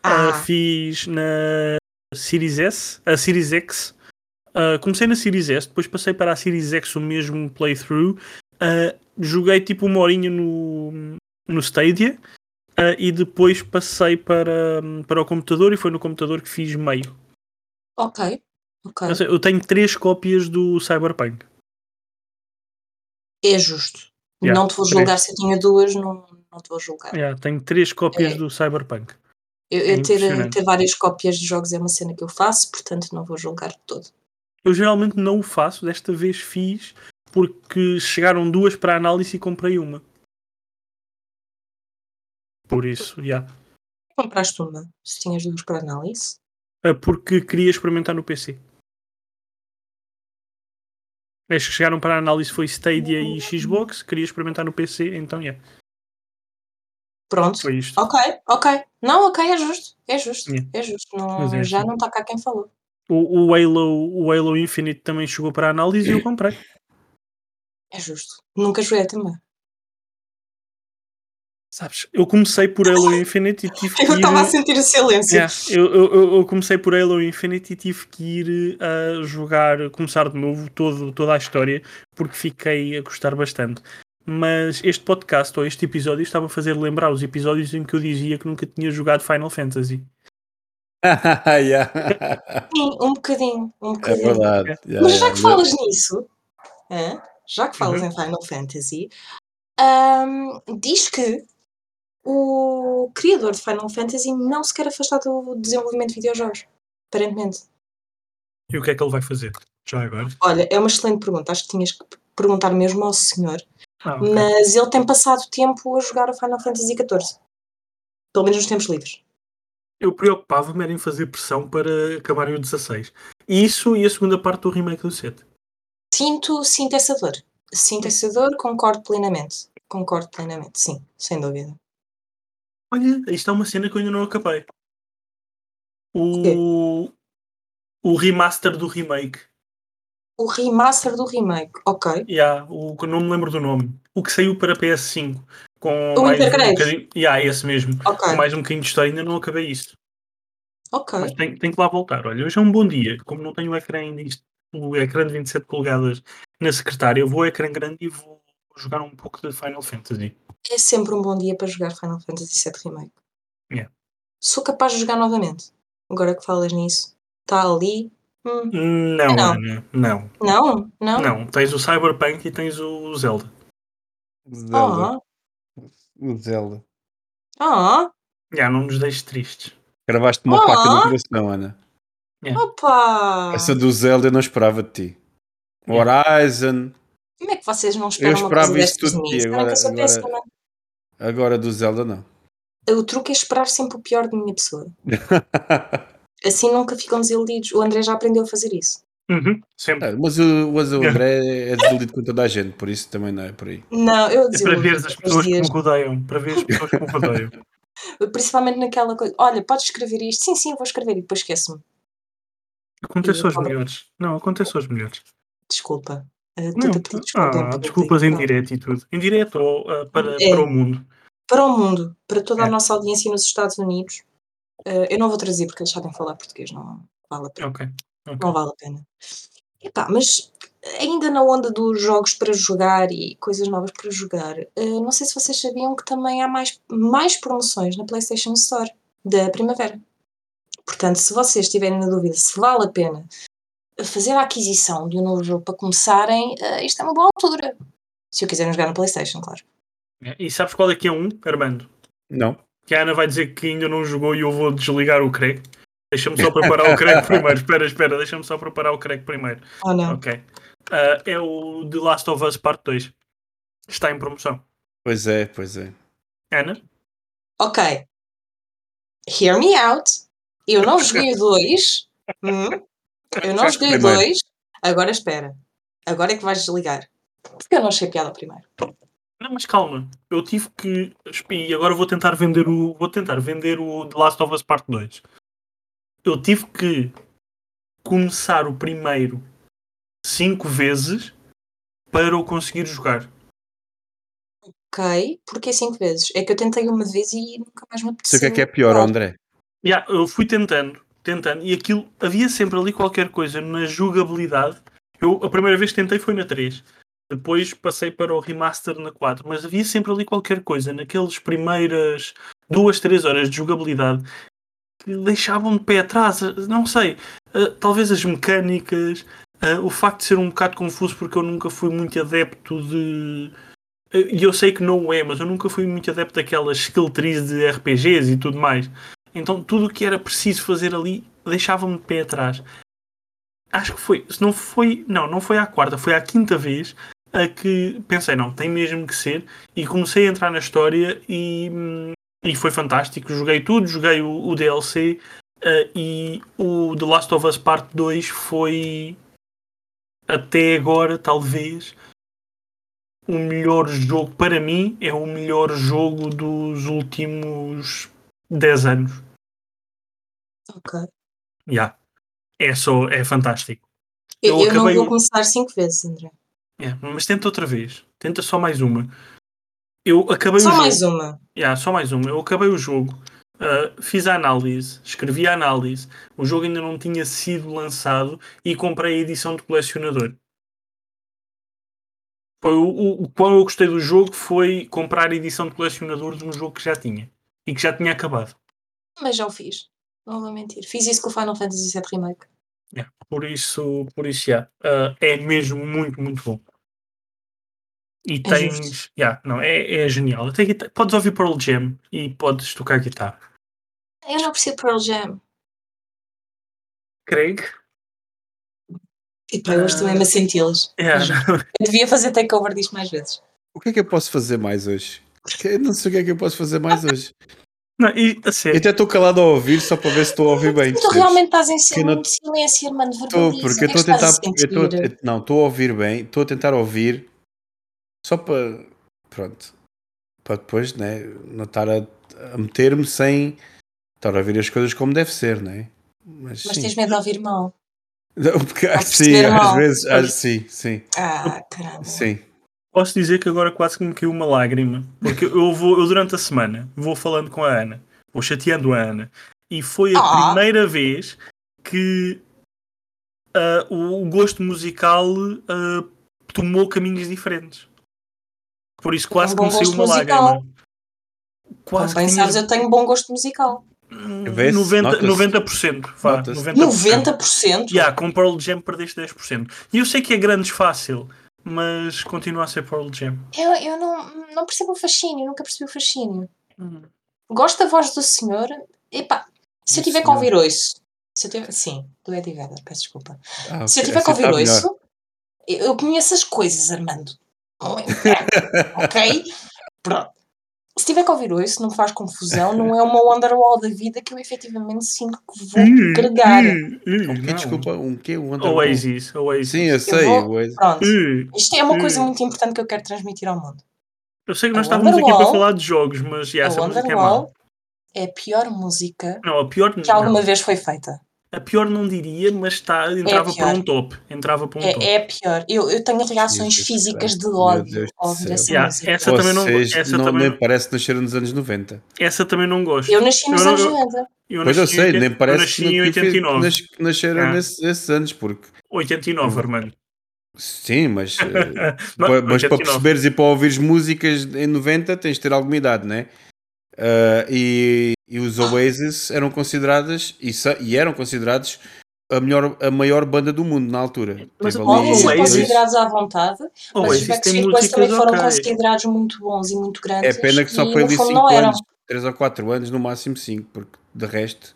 Ah, Ah, fiz na Series S, a Series X. Ah, comecei na Series S, depois passei para a Series X o mesmo playthrough. Ah, joguei tipo uma horinha no, no Stadia ah, e depois passei para, para o computador e foi no computador que fiz meio. ok. Ok. Eu sei, Eu tenho três cópias do Cyberpunk. É justo. Yeah, não te vou três. julgar se eu tinha duas, não, não te vou julgar. Yeah, tenho três cópias Ah. É. do Cyberpunk. Eu, É eu ter, impressionante. ter várias cópias de jogos é uma cena que eu faço, portanto não vou julgar de todo. Eu geralmente não o faço, desta vez fiz porque chegaram duas para análise e comprei uma. Por isso, já. Compraste uma, se tinhas duas para análise. Ah, Porque queria experimentar no PC. As que É, chegaram para análise foi Stadia e Xbox, queria experimentar no PC, então é. Pronto. Foi isto. Ok, ok. Não, ok, é justo. É justo. Yeah. É justo. Não- Mas é já assim. não está cá quem falou. O, o Halo, o Halo Infinite também chegou para análise e eu comprei. É justo. Nunca joguei também. Sabes? Eu comecei por Halo Infinite e tive que Eu estava a ir. sentir o silêncio. Yeah, eu, eu- eu- eu comecei por Halo Infinite e tive que ir a jogar, começar de novo todo, toda a história, porque fiquei a gostar bastante. Mas este podcast ou este episódio estava a fazer lembrar os episódios em que eu dizia que nunca tinha jogado Final Fantasy. Yeah. Sim, um bocadinho. Um É bocadinho. verdade. Yeah, Mas já yeah. que falas nisso, hã? já que falas Uhum. em Final Fantasy, hum, diz que o criador de Final Fantasy não se quer afastar do desenvolvimento de videojogos. Aparentemente. E o que é que ele vai fazer? Já agora. Olha, é uma excelente pergunta. Acho que tinhas que perguntar mesmo ao senhor. Ah, Mas ele tem passado tempo a jogar o Final Fantasy XIV. Pelo menos nos tempos livres. Eu preocupava-me era em fazer pressão para acabarem o 16. Isso e a segunda parte do remake do 7. Sinto, sinto essa dor. Sinto essa dor, concordo plenamente. Concordo plenamente, sim, sem dúvida. Olha, isto é uma cena que eu ainda não acabei. O, o remaster do remake. O remaster do remake, ok. Yeah, o que eu não me lembro do nome. O que saiu para PS5 com O mais um Intergrade. bocadinho. Yeah, esse mesmo. Com Ok, mais um bocadinho de história, ainda não acabei isso. ok. Mas tenho, tenho que lá voltar. Olha, hoje é um bom dia. Como não tenho o ecrã ainda, isto, o ecrã de 27 polegadas na secretária, eu vou ao ecrã grande e vou jogar um pouco de Final Fantasy. É sempre um bom dia para jogar Final Fantasy VII Remake. Yeah. Sou capaz de jogar novamente. Agora que falas nisso. Está ali. Hum, Não, Não. Ana, não. Não, não. Não, tens o Cyberpunk e tens o Zelda. Zelda. Ah, Zelda. ah, Já, não nos deixes tristes. Cravaste uma Oh. faca no coração, Ana. opa! Essa do Zelda eu não esperava de ti. Horizon. Como é que vocês não esperam uma esperava coisa isso destas de tudo mim? de ti, Será que eu sou agora- agora- péssima? Agora do Zelda não. O truque é esperar sempre o pior de minha pessoa. Assim nunca ficam desiludidos. O André já aprendeu a fazer isso. Uhum, sempre. Ah, mas, o, mas o André é desiludido com toda a gente, por isso também não é por aí. Não, eu É para desiludo. ver as todos os pessoas que dias. me odeiam. Para ver as pessoas que me odeiam. Principalmente naquela coisa. Olha, podes escrever isto? Sim, sim, vou escrever. E depois esqueço-me. Acontece aos Pobre. melhores. Não, acontece aos melhores. Desculpa. Ah, Não, Estou-te a pedir desculpa. em ah, público. desculpas em Não. direto e tudo. Em direto ou ah, para, É. para o mundo. Para o mundo, para toda É. a nossa audiência nos Estados Unidos, ah, eu não vou trazer porque eles sabem falar português. Não vale a pena. Ok. ok. Não vale a pena. Epá, mas ainda na onda dos jogos para jogar e coisas novas para jogar, eh, não sei se vocês sabiam que também há mais, mais promoções na PlayStation Store da primavera. Portanto, se vocês estiverem na dúvida se vale a pena fazer a aquisição de um novo jogo para começarem, eh, isto é uma boa altura. Se o quiserem jogar na PlayStation, claro. E sabes qual é que é um, Armando? Não. Que a Ana vai dizer que ainda não jogou e eu vou desligar o Craig. Deixa-me só preparar o Craig primeiro. Espera, espera. Deixa-me só preparar o Craig primeiro. Ou não? Ok. Ah, é o The Last of Us Part 2. Está em promoção. Pois é, pois é. Ana? Ok. Hear me out. Eu não joguei o 2. Hum, eu não Já joguei o primeiro. 2. Agora espera. Agora é que vais desligar. Porque eu não achei piada ao primeiro. Não, mas calma, eu tive que. E agora vou tentar vender o. Vou tentar vender o The Last of Us Part 2. Eu tive que começar o primeiro cinco vezes para o conseguir jogar. Ok, porque cinco vezes. É que eu tentei uma vez e nunca mais me apeteceu. Sei o que é que é pior, Não. André. Ya, eu fui tentando, tentando, e aquilo havia sempre ali qualquer coisa na jogabilidade. Eu a primeira vez que tentei foi na 3. Depois passei para o remaster na 4, mas havia sempre ali qualquer coisa naqueles primeiras duas, três horas de jogabilidade que deixavam-me de pé atrás, não sei, eh, talvez as mecânicas, eh, o facto de ser um bocado confuso porque eu nunca fui muito adepto de eh, e eu sei que não o é, mas eu nunca fui muito adepto daquelas skill trees de RPGs e tudo mais. Então tudo o que era preciso fazer ali deixava-me de pé atrás. Acho que foi, se não foi, não, não foi à quarta, foi à quinta vez a que pensei, não, tem mesmo que ser, e comecei a entrar na história e, hum, e foi fantástico. Joguei tudo, joguei o, o DLC eh, e o The Last of Us Part 2 foi até agora, talvez, o melhor jogo para mim é o melhor jogo dos últimos 10 anos. Ok. Ya. É só, é fantástico. Eu, Eu eu não acabei vou o- começar cinco vezes, André. É, mas tenta outra vez. Tenta só mais uma. Eu acabei o Só jogo. mais uma. Ya, só mais uma. Eu acabei o jogo. ah, fiz a análise, escrevi a análise. O jogo ainda não tinha sido lançado e comprei a edição de colecionador. Foi o, o, o qual eu gostei do jogo foi comprar a edição de colecionador de um jogo que já tinha e que já tinha acabado. Mas já o fiz. Não vou mentir. Fiz isso com o Final Fantasy VII Remake. Ya, Por isso, por isso ya, ah, é mesmo muito, muito bom. E tens. justo. ya, não, é, é genial. Até guita- Podes ouvir Pearl Jam e podes tocar guitarra. Eu não percebo Pearl Jam. Craig? E para hoje também me senti-los. É, não. Eu devia fazer takeover disto mais vezes. O que é que eu posso fazer mais hoje? Que- Eu não sei o que é que eu posso fazer mais hoje. Não, e a Eu sério. até estou calado a ouvir só para ver se estou a ouvir bem. Mas tu percebes? realmente estás em Que silêncio, não- silêncio irmão. Estou, Verbaliza. porque eu o que é que estou a estás tentar. a eu estou a sentir? te- não, estou a ouvir bem, estou a tentar ouvir só para. Pronto. Para depois, né? Não estar a, a meter-me sem estar a ouvir as coisas como deve ser, né? Mas, Mas sim. tens medo de ouvir mal. Não, porque, Vais sim, perceber às mal. vezes. ah, sim, sim, Ah, caramba. sim. Posso dizer que agora quase que me caiu uma lágrima. Porque eu vou, eu durante a semana, vou falando com a Ana, vou chateando a Ana, e foi a Ah. primeira vez que ah, o, o gosto musical ah, tomou caminhos diferentes. Por isso quase Um que bom me saiu gosto uma musical. lágrima. Como Quase bem que sabes, tinha- eu tenho bom gosto musical. Vê-se, 90%, nota-se. 90%, vá, Nota-se. 90%. 90%? Yeah, com Pearl Jam perdeste 10%. E eu sei que é grandes fácil, mas continua a ser Pearl Jam. Eu, eu não, não percebo o fascínio, nunca percebi o fascínio. Gosto da voz do senhor. Epá, se eu Do tiver que ouvir senhor. oisso. Se eu tiver, sim, do Eddie Vedder, peço desculpa. Ah, Se eu ok, tiver que assim ouvir está melhor. oisso, eu eu conheço as coisas, Armando. é ok? Pronto. Se tiver que ouvir oisso, não me faz confusão, não é uma Wonderwall da vida que eu efetivamente sinto que vou Hum, agregar. Um quê? Desculpa, um quê? Um Wonderwall? Oasis, Oasis. Sim, é. eu sei. vou- Oasis. Pronto. Uh, Isto é uma coisa Hum. muito importante que eu quero transmitir ao mundo. Eu sei que nós A estávamos aqui para Wonderwall- falar de jogos, mas yeah, a essa música é má. Wonderwall é a pior música Não, a pior que alguma não. vez foi feita. A pior não diria, mas está, entrava É pior. para um top. Entrava para um top. É, é a pior. Eu, eu tenho reações Jesus físicas de Christ, meu ódio Deus ao do ouvir céu. essa Yeah, música. essa- também não- Vocês essa não, também nem não- parece que nasceram nos anos 90. Essa também não gosto. Eu nasci nos Eu não- anos eu- 90. Eu Pois eu nasci em sei, oitenta- nem parece eu nasci que em no- que fez- 89. nas- Uhum. que nasceram Ah. nesse- nesses anos, porque 89, Armando. sim, mas, eh, Não, pa- mas para 89. perceberes e para ouvires músicas em 90 tens de ter alguma idade, né? Ah, e, e os Oasis eram consideradas e, sa- e eram considerados a, melhor, a maior banda do mundo na altura. Mas Teve o Podem ali ser Oasis- considerados à vontade, mas os Oasis tem Backstreet Boys músicas também foram ok. considerados muito bons e muito grandes. É pena que só e, foi no ali fundo, 5 assim, não eram. anos, 3 ou 4 anos, no máximo 5, porque de resto,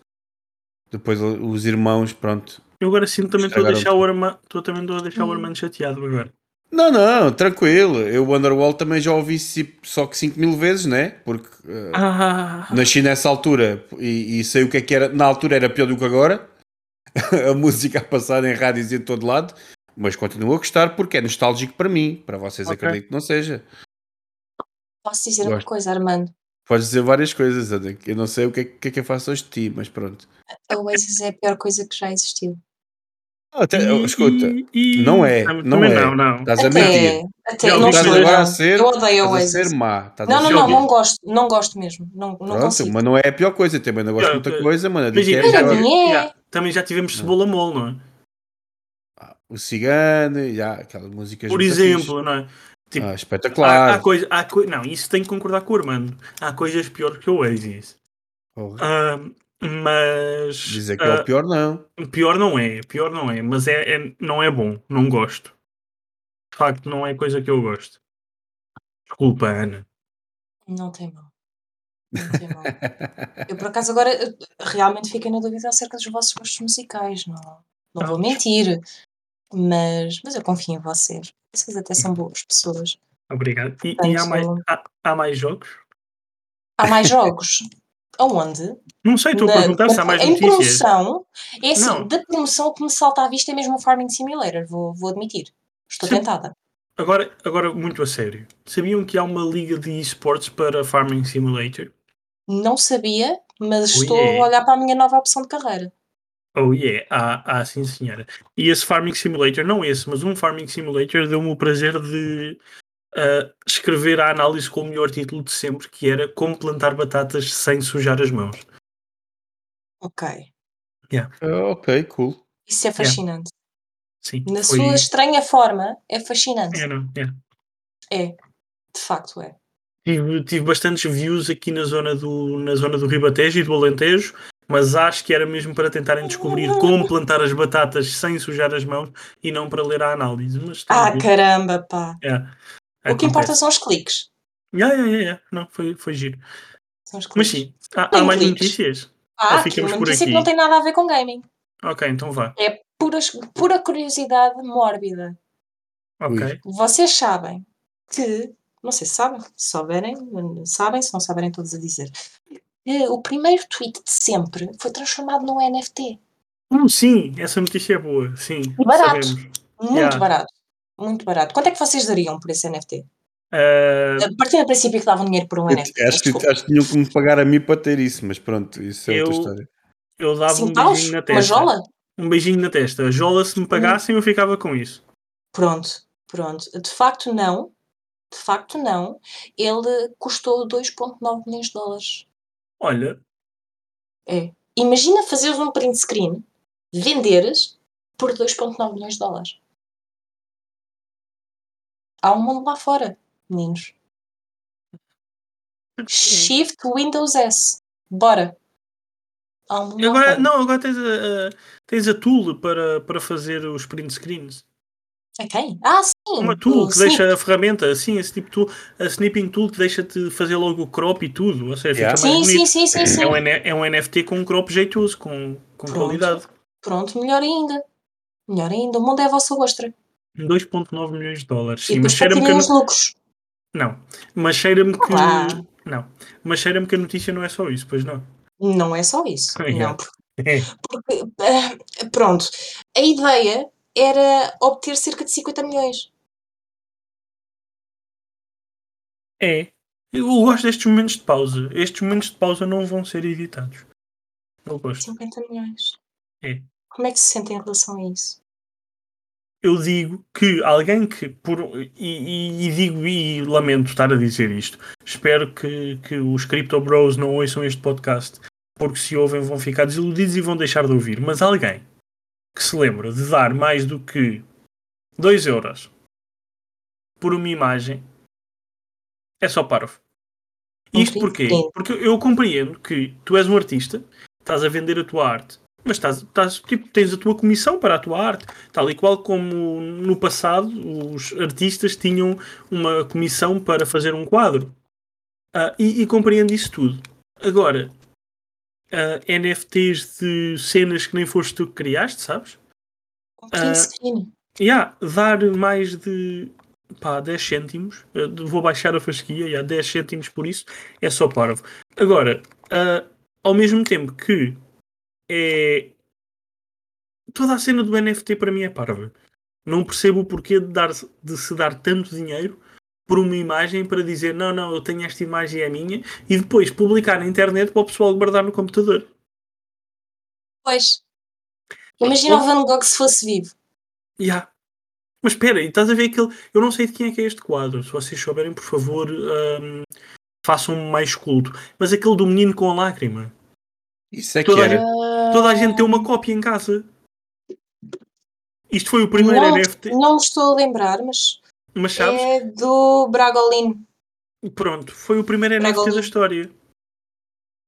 depois os irmãos, pronto. Eu agora sinto também estou a Estragaram deixar tudo. Hum. o Armando. Estou também estou a deixar o Armando chateado agora. Não, não, tranquilo. Eu o Underworld também já ouvi si- só que 5 mil vezes, né? Porque eh, Ah, nasci nessa altura e, e sei o que é que era. Na altura era pior do que agora. a música a passar em rádios e de todo lado. Mas continuo a gostar porque é nostálgico para mim. Para vocês Ok. acredito que não seja. Posso dizer uma Gosto. coisa, Armando? Podes dizer várias coisas, Ana. Eu não sei o que é o que, é que eu faço hoje de ti, mas pronto. A Oasis é a pior coisa que já existiu. Até, E- é, escuta, e- não é, Também não é. não, não. estás a mentir. Até, até Não, não, estás sou, agora não. a ser- Eu odeio a Estás a ser Oasis. má. Estás Não, a não, ser não, horrível. não gosto, não gosto mesmo. Não, não Pronto, consigo. mas não é a pior coisa. Também não gosto de Não, muita eh, coisa, mano. Mas, digo que é e- a Para pior. mim é. já, também já tivemos cebola mole, não é? ah, O cigano, e ah, há aquelas músicas. Por muito exemplo, não é? fixe. Tipo, Ah, Há, espetacular. há coisa, há coi- não, isso tem que concordar com o Armando. Há coisas piores que o Oasis. Porra. Ahm, mas Dizer que é o pior, não. ah, pior não é, pior não é, mas é, é- não é bom, não gosto. De facto, não é coisa que eu gosto. Desculpa, Ana. Não tem mal. Não tem mal. Eu por acaso agora eh, realmente fiquei na dúvida acerca dos vossos gostos musicais, não, não vou mentir. Mas, mas eu confio em vocês. Vocês até são boas pessoas. Obrigado. E, e há, Portanto, mais, há, há mais jogos? Há mais jogos? Aonde? Não sei, é estou a Na- perguntar se há mais em notícias. promoção, é assim, Não. da promoção o que me salta à vista é mesmo o Farming Simulator, vou, vou admitir. Estou Sim. tentada. Agora, agora, muito a sério. Sabiam que há uma liga de esportes para Farming Simulator? Não sabia, mas Ui, estou é. a olhar para a minha nova opção de carreira. Oh yeah, ah, ah, sim senhora. E esse Farming Simulator, não esse, mas um Farming Simulator deu-me o prazer de ah, escrever a análise com o melhor título de sempre, que era Como plantar batatas sem sujar as mãos. Ok. Ah, ok, cool. Isso é fascinante. Sim, Na sua estranha forma, é fascinante. É, não, é. É. De facto é. Tive, tive bastantes views aqui na zona, do, na zona do Ribatejo e do Alentejo, mas acho que era mesmo para tentarem descobrir Ah. como plantar as batatas sem sujar as mãos e não para ler a análise. Mas tudo Ah, bem. caramba, pá. É, O que acontece. importa são os cliques. Yeah, yeah, yeah, yeah. Não, foi, foi giro. São os Mas cliques. sim, há, há Tem mais cliques. notícias? Ah, ou aqui ficamos uma por notícia aqui? que não tem nada a ver com gaming. Ok, então vá. Pura, pura curiosidade mórbida. Ok. Ui. Vocês sabem que, não sei se sabem, se souberem, sabem, se não souberem, todos a dizer, que o primeiro tweet de sempre foi transformado num NFT. Hum, sim, essa notícia é boa. Sim, barato. sabemos. Muito Yeah. barato. Muito barato. Quanto é que vocês dariam por esse NFT? Ah, A partir do princípio que davam dinheiro por um Eu- NFT. acho, que, desculpa. acho que tinham que me pagar a mim para ter isso, mas pronto, isso é outra Eu- história. eu dava um Cinco paus? beijinho na Uma testa. jola? Hum. Um beijinho na testa. A jola, se me pagassem, eu ficava com isso. Pronto, pronto. De facto, não. De facto, não. Ele custou 2,9 milhões de dólares. Olha, Imagina fazeres um print screen, venderes por 2,9 milhões de dólares. Há um mundo lá fora, meninos. Shift Windows S. Bora. Há um mundo lá agora, fora. não, agora tens a, a- tens a tool para, para fazer os print screens. A quem? Ah, sim. Uma tool o que Snip. deixa a ferramenta, assim, esse tipo de tool, a snipping tool que deixa-te fazer logo o crop e tudo. Ou seja, fica mais Yeah. Sim, bonito. sim, sim, sim, sim. É, um, N- é um NFT com um crop jeitoso, com, com Pronto. qualidade. Pronto, melhor ainda. Melhor ainda. O mundo é a vossa ostra. 2,9 milhões de dólares. e Sim, mas depois cheira-me que eu partilhem não- os lucros. Não, mas cheira-me que. Olá. Não, mas cheira-me que a notícia não é só isso, pois não. Não é só isso. Ah, é. Não, porque- porque, ah, pronto, a ideia era obter cerca de 50 milhões. É. Eu gosto destes momentos de pausa. Estes momentos de pausa não vão ser editados. Eu gosto. 50 milhões. É. Como é que se sentem em relação a isso? Eu digo que alguém que. Por, e, e- e digo e lamento estar a dizer isto. Espero que, que os Crypto Bros não ouçam este podcast. Porque se ouvem vão ficar desiludidos e vão deixar de ouvir. Mas alguém que se lembra de dar mais do que 2 euros por uma imagem é só parvo. Um Isto porquê? print screen. Porque eu compreendo que tu és um artista, estás a vender a tua arte, mas estás, estás, tipo, tens a tua comissão para a tua arte, tal e qual como no passado os artistas tinham uma comissão para fazer um quadro. Ah, e, e compreendo isso tudo. Agora, ah, NFTs de cenas que nem foste tu que criaste, sabes? Um print Ah. screen. Yeah, dar mais de pá, 10 cêntimos, eh, vou baixar a fasquia e há 10 cêntimos por isso, é só parvo. Agora, ah, ao mesmo tempo que é. Toda a cena do NFT para mim é parva. Não percebo o porquê de, dar, de se dar tanto dinheiro por uma imagem para dizer não, não, eu tenho esta imagem, é minha, e depois publicar na internet para o pessoal guardar no computador. Pois. Imagina o Van Gogh se fosse vivo. Yeah. Mas espera, e estás a ver aquele. Eu não sei de quem é que é este quadro. Se vocês souberem, por favor, hum, façam mais culto. Mas aquele do menino com a lágrima. Isso é que Toda a era. Ah, Toda a gente tem uma cópia em casa. Isto foi o primeiro Não. NFT. Não me estou a lembrar, mas Mas sabes? é do Bragolin. É. Pronto, foi o primeiro NFT da Bragolin. história.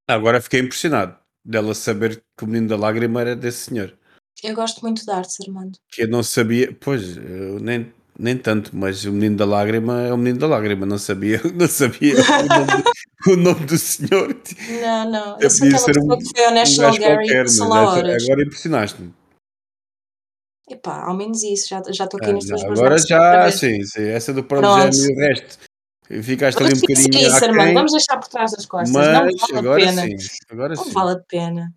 Agora fiquei impressionado dela saber que o menino da lágrima era desse senhor. Eu gosto muito de artes, Armando. Que eu não sabia. Pois, eu nem, nem tanto, mas o menino da lágrima é o menino da lágrima. Não sabia, não sabia o nome do, o nome do senhor. Não, não. Eu Eu sou podia aquela pessoa ser que um- é foi ao Um National gajo qualquer, Gallery mas só lá essa- horas. agora impressionaste-me. Epá, ao menos isso. Já já estou aqui Ah, nas já, tuas mãos. agora já, Vamos sim, sim. Essa do Prado já é Pronto. meio resto. Ficaste ali um esquecer bocadinho isso, Armando. aquém, Vamos deixar por trás das costas. não mas vale agora a pena. sim. Agora Não sim. vale a pena. Não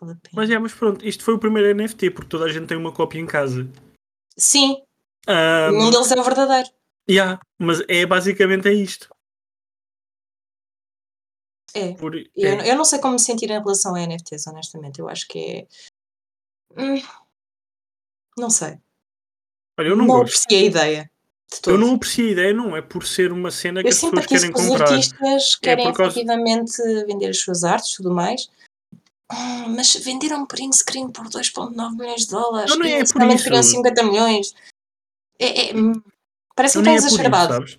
Vale a pena. Mas é, mas pronto, isto foi o primeiro NFT, porque toda a gente tem uma cópia em casa. Sim, nenhum Ahm, deles é o verdadeiro. yeah, mas é basicamente é isto. É. Por- é. Eu, eu não sei como me sentir em relação a NFTs, honestamente. Eu acho que é. Hum, não sei. Olha, eu não, gosto. apreciei a ideia de todo. Eu não aprecio a ideia, não é por ser uma cena que Eu as sinto pessoas que querem isso que os comprar. É, artistas querem por causa- efetivamente vender as suas artes e tudo mais. Ah, mas venderam um print screen por 2,9 milhões de dólares. Não, não e é por inicialmente isso. queriam 50 milhões. É, é, hum, parece Eu um nem é por bocado isso, exacerbado. sabes?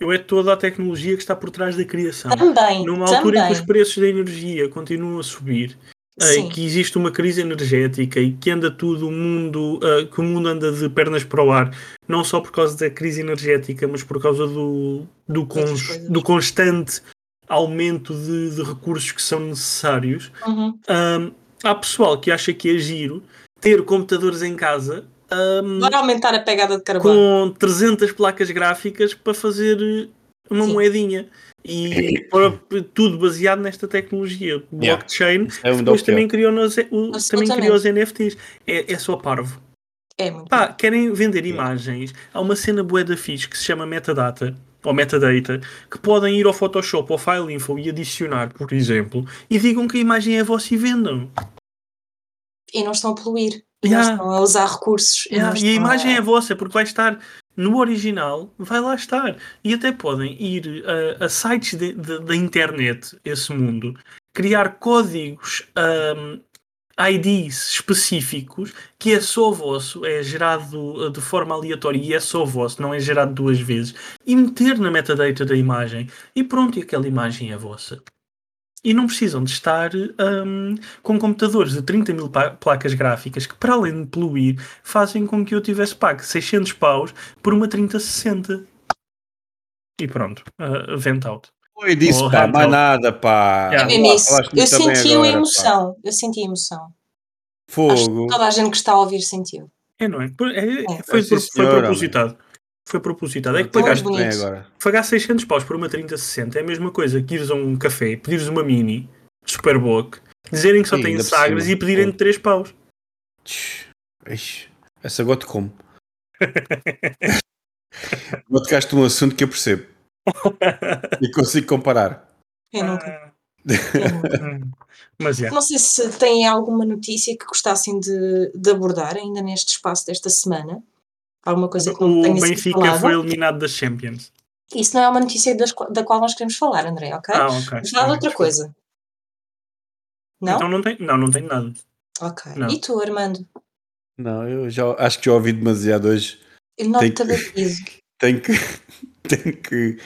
Eu é toda a tecnologia que está por trás da criação. Também. Numa altura em que os também. preços da energia continuam a subir, eh, Sim. que existe uma crise energética e que anda tudo o mundo, eh, que o mundo anda de pernas para o ar, não só por causa da crise energética, mas por causa do, do, Outras cons- coisas. do constante aumento de, de recursos que são necessários. Uhum. Ahm, há pessoal que acha que é giro ter computadores em casa. ahm, Bora aumentar a pegada de carvão. com 300 placas gráficas para fazer eh, uma Sim. moedinha. E para- tudo baseado nesta tecnologia. Yeah. Blockchain, É um depois dope. também criou, nos, o, também Absolutamente. criou os NFTs. É, é só parvo. É muito. Pá, querem vender Yeah. imagens. Há uma cena bué da fixe que se chama metadata ou metadata, que podem ir ao Photoshop ou File Info e adicionar, por exemplo, e digam que a imagem é vossa e vendam. e não estão a poluir, e Yeah. não estão a usar recursos. Yeah, e não a estão imagem é a... vossa, porque vai estar no original, vai lá estar. E até podem ir uh, a sites de- de- da internet, esse mundo, criar códigos, um, IDs específicos, que é só vosso, é gerado uh, de forma aleatória e é só vosso, não é gerado duas vezes. E meter na metadata da imagem. E pronto, e aquela imagem é vossa. E não precisam de estar um, com computadores de 30 mil pa- placas gráficas que, para além de poluir, fazem com que eu tivesse pago 600 paus por uma 3060. E pronto, ah, vent out. Foi disso, Oh, pá, Rafael. mais nada, pá. Yeah. É mesmo Pá, isso. falaste Eu muito bem senti agora, a pá. emoção. Eu senti a emoção. Acho que Fogo. toda a gente que está a ouvir sentiu. É, não é? Por- é- É. foi, Ah, sim, pro- foi senhora, Então- propositado. Foi propositado. É que Foi pagaste, muito bem bonito. agora. pagar 600 paus por uma 3060 é a mesma coisa que ires a um café, pedires uma mini, Superbook, dizerem que só Sim, têm ainda por sagres cima. É. e pedirem 3 paus. Tch, ixi, Essa gote como? Agora tocaste um assunto que eu percebo e consigo comparar. Eu nunca. eu nunca. Ah, Mas é. Não sei se têm alguma notícia que gostassem de, de abordar ainda neste espaço desta semana. Alguma coisa que não tipo O tenha sido Benfica falada. foi eliminado das Champions. Isso não é uma notícia das qu- da qual nós queremos falar, André, ok? Ah, ok. Vamos falar de outra coisa. Não? Então não tem, não, não tem nada. ok. não. E tu, Armando? Não, eu já acho que já ouvi demasiado hoje. Eu noto Tem te que- abatido. Tenho que, tenho que,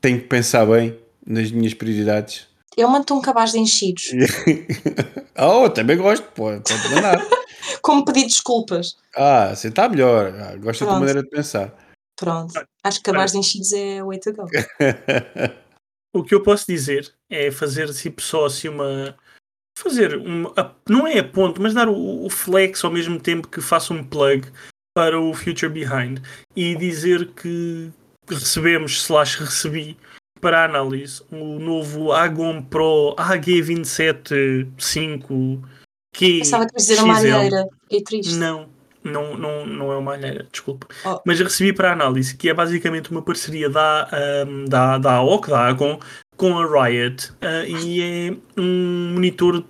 tenho que pensar bem nas minhas prioridades. Eu mando-te um cabaz de enchidos. Oh, também gosto, pô, pode mandar. Como pedir desculpas. Ah, assim está melhor. Ah, gosto da tua Pronto. maneira de pensar. Pronto. Acho que abaixo de enchidos é o way to go. O que eu posso dizer é fazer tipo só assim uma. Fazer uma. a- Não é a ponto, mas dar o, o flex ao mesmo tempo que faço um plug para o Future Behind e dizer que recebemos, slash recebi, para análise o novo Agon Pro AG275Q. Pensava que ia dizer a malheira. Fiquei triste. é um Não, não, não, não é uma alheira, desculpa. Oh. Mas recebi para análise, que é basicamente uma parceria da, ahm, da, da AOC, da Agon, com a Riot, ah, e é um monitor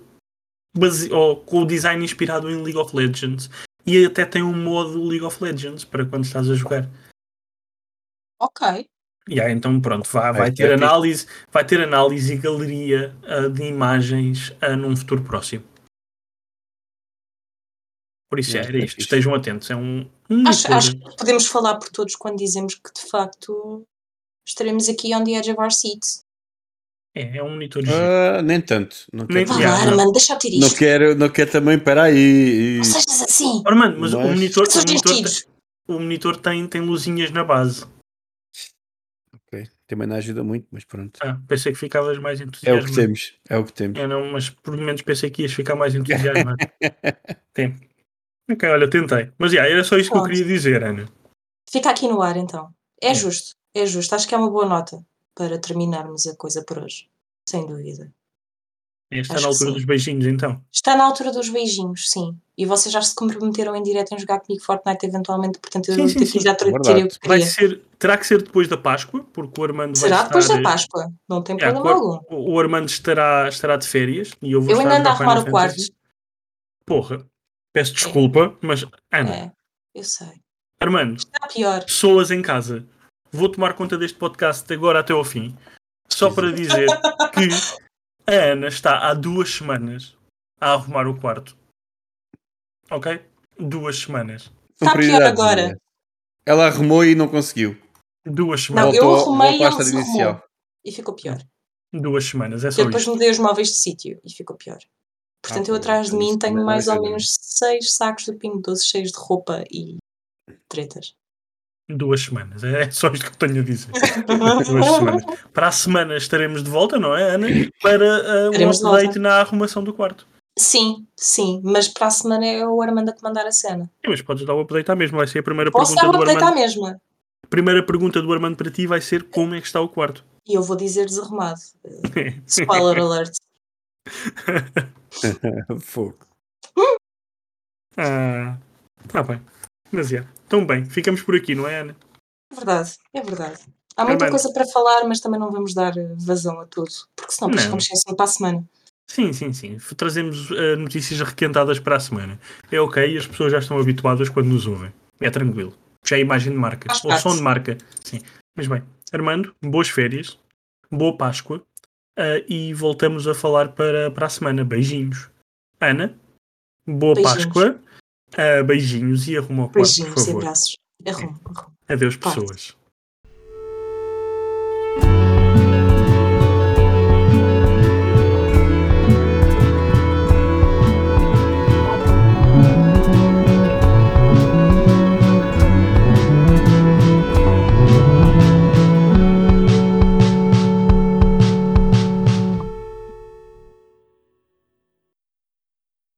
base- ou com o design inspirado em League of Legends. E até tem um modo League of Legends para quando estás a jogar. Ok. E aí, então pronto, vai, vai Vai ter ter- análise, vai ter análise e galeria ah, de imagens ah, num futuro próximo. Por isso é, Este era é isto, fixe. estejam atentos, é um, um Acho, monitor. acho que podemos falar por todos quando dizemos que de facto estaremos aqui on the edge of our seat. É, é um monitor giro. Ah, nem tanto. Não Nem- quero, Vá Yeah, lá, não. Armando, deixa eu ter não isto. quero, não quero também. Espera aí. Não sejas assim. Armando, mas, o Mas- monitor, São o monitor, divertidos. tem, o monitor tem, tem luzinhas na base. Ok, Também não ajuda muito, mas pronto. Ah, pensei que ficavas mais É o É que entusiasmado. temos. É o que temos. Eu não, mas por menos pensei que ias ficar mais entusiasmado. Tem. Ok, olha, tentei. Mas yeah, era só isso que eu Pronto. queria dizer, Ana. Fica aqui no ar então. É É. justo, é justo. Acho que é uma boa nota para terminarmos a coisa por hoje. Sem dúvida. Esta é Acho na que altura sim. dos beijinhos, então. Está na altura dos beijinhos, sim. E vocês já se comprometeram em direto em jogar comigo Fortnite eventualmente, portanto eu Sim, sim, daqui sim. já ter É ter o que verdade. Vai queria. ser, terá que ser depois da Páscoa, porque o Armando Será vai depois estar, da Páscoa, não tem é, problema cor- algum. O o Armando estará, estará de férias e eu vou Eu estar ainda ando a jogar arrumar Final o quarto. Fantasy. Porra, peço desculpa, mas Ana, É, eu sei. Armando, Está pior. pessoas em casa, vou tomar conta deste podcast de agora até ao fim, só para dizer que a Ana está há duas semanas a arrumar o quarto. Ok? Duas semanas. São Está pior prioridades, é agora. André. Ela arrumou e não conseguiu. Duas semanas. Não, eu Voltou- arrumei e voltou à ele estado se inicial. arrumou. E ficou pior. Duas semanas, é só Eu depois isto. Ah, mudei os móveis de sítio e ficou pior. Portanto, eu pois, atrás de então mim isso tenho também é mais ou ajuda, menos seis sacos de pingo doce cheios de roupa e tretas. Duas semanas, é só isto que eu tenho a dizer. Duas semanas. Para a semana estaremos de volta, não é, Ana? Para ah, um Estaremos de volta. update na arrumação do quarto. Sim, sim, mas para a semana é o Armando a comandar a cena. Sim, mas podes dar o update à mesma. Vai ser a primeira Posso pergunta dar do uma update à Armando. mesma? A primeira pergunta do Armando para ti vai ser como é que está o quarto. E eu vou dizer desarrumado. Eh, Spoiler alert. né? Fogo. Ah, tá bem. Mas é. Então bem, ficamos por aqui, não é, Ana? É verdade, é verdade. Há muita Armando. coisa para falar, mas também não vamos dar eh, vazão a tudo, porque senão depois Não. ficamos sem assunto para a semana. Sim, sim, sim. F- Trazemos ah, notícias requentadas para a semana. É ok e as pessoas já estão habituadas quando nos ouvem. É tranquilo. Já é imagem de marca. Faz Ou parte. som de marca. Sim. Mas bem, Armando, boas férias. Boa Páscoa. ah, e voltamos a falar para, para a semana. Beijinhos. Ana, boa Beijinhos. Páscoa. ah, beijinhos e arruma o quarto, por Beijinhos e favor. abraços. Arrumo, arrumo. Adeus, Parte. pessoas.